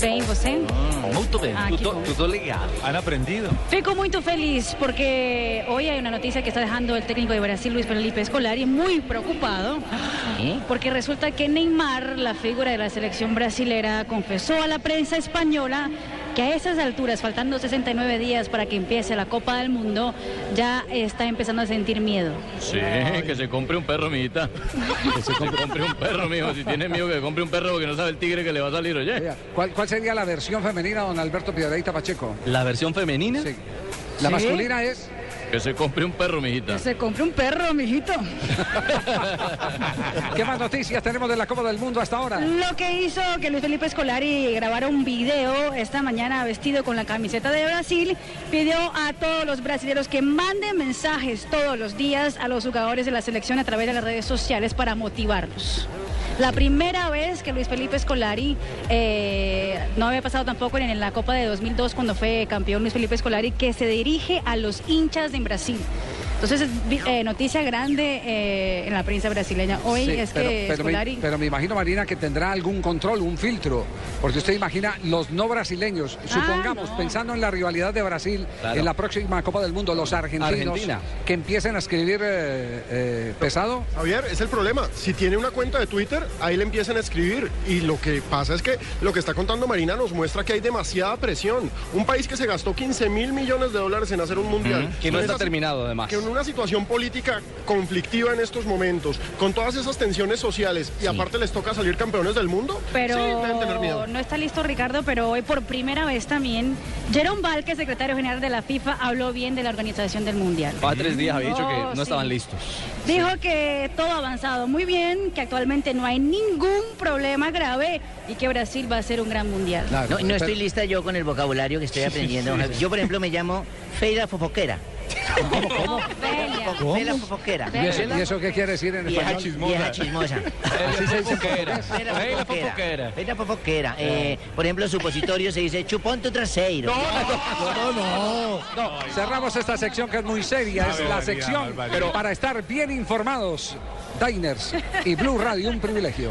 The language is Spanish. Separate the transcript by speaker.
Speaker 1: Bem, você?
Speaker 2: Muito bem.
Speaker 1: Ah, que
Speaker 2: tudo,
Speaker 1: bom.
Speaker 2: tudo ligado.
Speaker 3: Han aprendido.
Speaker 1: Fico muy feliz porque hoy hay una noticia que está dejando el técnico de Brasil, Luis Felipe Scolari, muy preocupado. Porque resulta que Neymar, la figura de la selección brasilera, confesó a la prensa española que a esas alturas, faltando 69 días para que empiece la Copa del Mundo, ya está empezando a sentir miedo.
Speaker 4: Sí, que se compre un perro, mijita. Que se compre, un perro, mijo. Si tiene miedo, que compre un perro porque no sabe el tigre que le va a salir, oye.
Speaker 5: Oiga, ¿Cuál, ¿Cuál sería la versión femenina, don Alberto Piedrahita Pacheco?
Speaker 4: La versión femenina,
Speaker 5: Sí. La
Speaker 6: ¿Sí?
Speaker 5: masculina es.
Speaker 4: que se compre un perro, mijita.
Speaker 6: Se compre un perro, mijito.
Speaker 5: ¿Qué más noticias tenemos de la Copa del Mundo hasta ahora?
Speaker 1: Lo que hizo que Luis Felipe Scolari grabara un video esta mañana vestido con la camiseta de Brasil, pidió a todos los brasileños que manden mensajes todos los días a los jugadores de la selección a través de las redes sociales para motivarlos. La primera vez que Luis Felipe Scolari, eh, no había pasado tampoco en la Copa de 2002 cuando fue campeón Luis Felipe Scolari, que se dirige a los hinchas de Brasil. Entonces, vi- eh, noticia grande eh, en la prensa brasileña. Hoy
Speaker 5: Sí,
Speaker 1: es
Speaker 5: pero,
Speaker 1: que
Speaker 5: pero
Speaker 1: Scolari...
Speaker 5: me, pero me imagino, Marina, que tendrá algún control, un filtro. Porque usted imagina los no brasileños, supongamos,
Speaker 1: Ah, no.
Speaker 5: pensando en la rivalidad de Brasil
Speaker 2: Claro.
Speaker 5: en la próxima Copa del Mundo, los argentinos
Speaker 2: Argentina.
Speaker 5: que empiecen a escribir eh, eh, pesado.
Speaker 7: Javier, es el problema. Si tiene una cuenta de Twitter, ahí le empiezan a escribir. Y lo que pasa es que lo que está contando Marina nos muestra que hay demasiada presión. Un país que se gastó 15 mil millones de dólares en hacer un mundial.
Speaker 2: Que no
Speaker 7: En
Speaker 2: está
Speaker 7: esa-
Speaker 2: terminado, además.
Speaker 7: Que en una situación política conflictiva en estos momentos, con todas esas tensiones sociales, y aparte les toca salir campeones del mundo,
Speaker 1: Pero
Speaker 7: sí, deben tener miedo.
Speaker 1: no está listo Ricardo, pero hoy por primera vez también Jerome Valque, secretario general de la FIFA, habló bien de la organización del Mundial.
Speaker 2: Hace tres días había dicho que
Speaker 1: No,
Speaker 2: no
Speaker 1: sí.
Speaker 2: estaban listos.
Speaker 1: Dijo que todo ha avanzado muy bien, que actualmente no hay ningún problema grave y que Brasil va a ser un gran Mundial.
Speaker 5: Claro,
Speaker 8: No, no
Speaker 5: pero-
Speaker 8: estoy lista yo con el vocabulario que estoy aprendiendo. Yo, por ejemplo, me llamo Feira Fofoquera.
Speaker 1: Ofelia.
Speaker 8: Feira Fofoquera.
Speaker 5: ¿Y eso, y eso qué quiere decir en
Speaker 8: Vieja
Speaker 5: español?
Speaker 8: chismosa. Vieja chismosa.
Speaker 5: Así se dice en portugués.
Speaker 8: Feira Fofoquera. Feira Fofoquera. Eh, por ejemplo, supositorio se dice chupón tu trasero.
Speaker 5: Cerramos esta sección que es muy seria, es la
Speaker 3: barbaridad,
Speaker 5: sección
Speaker 3: barbaridad.
Speaker 5: para estar bien informados. Diners y Blue Radio, un privilegio.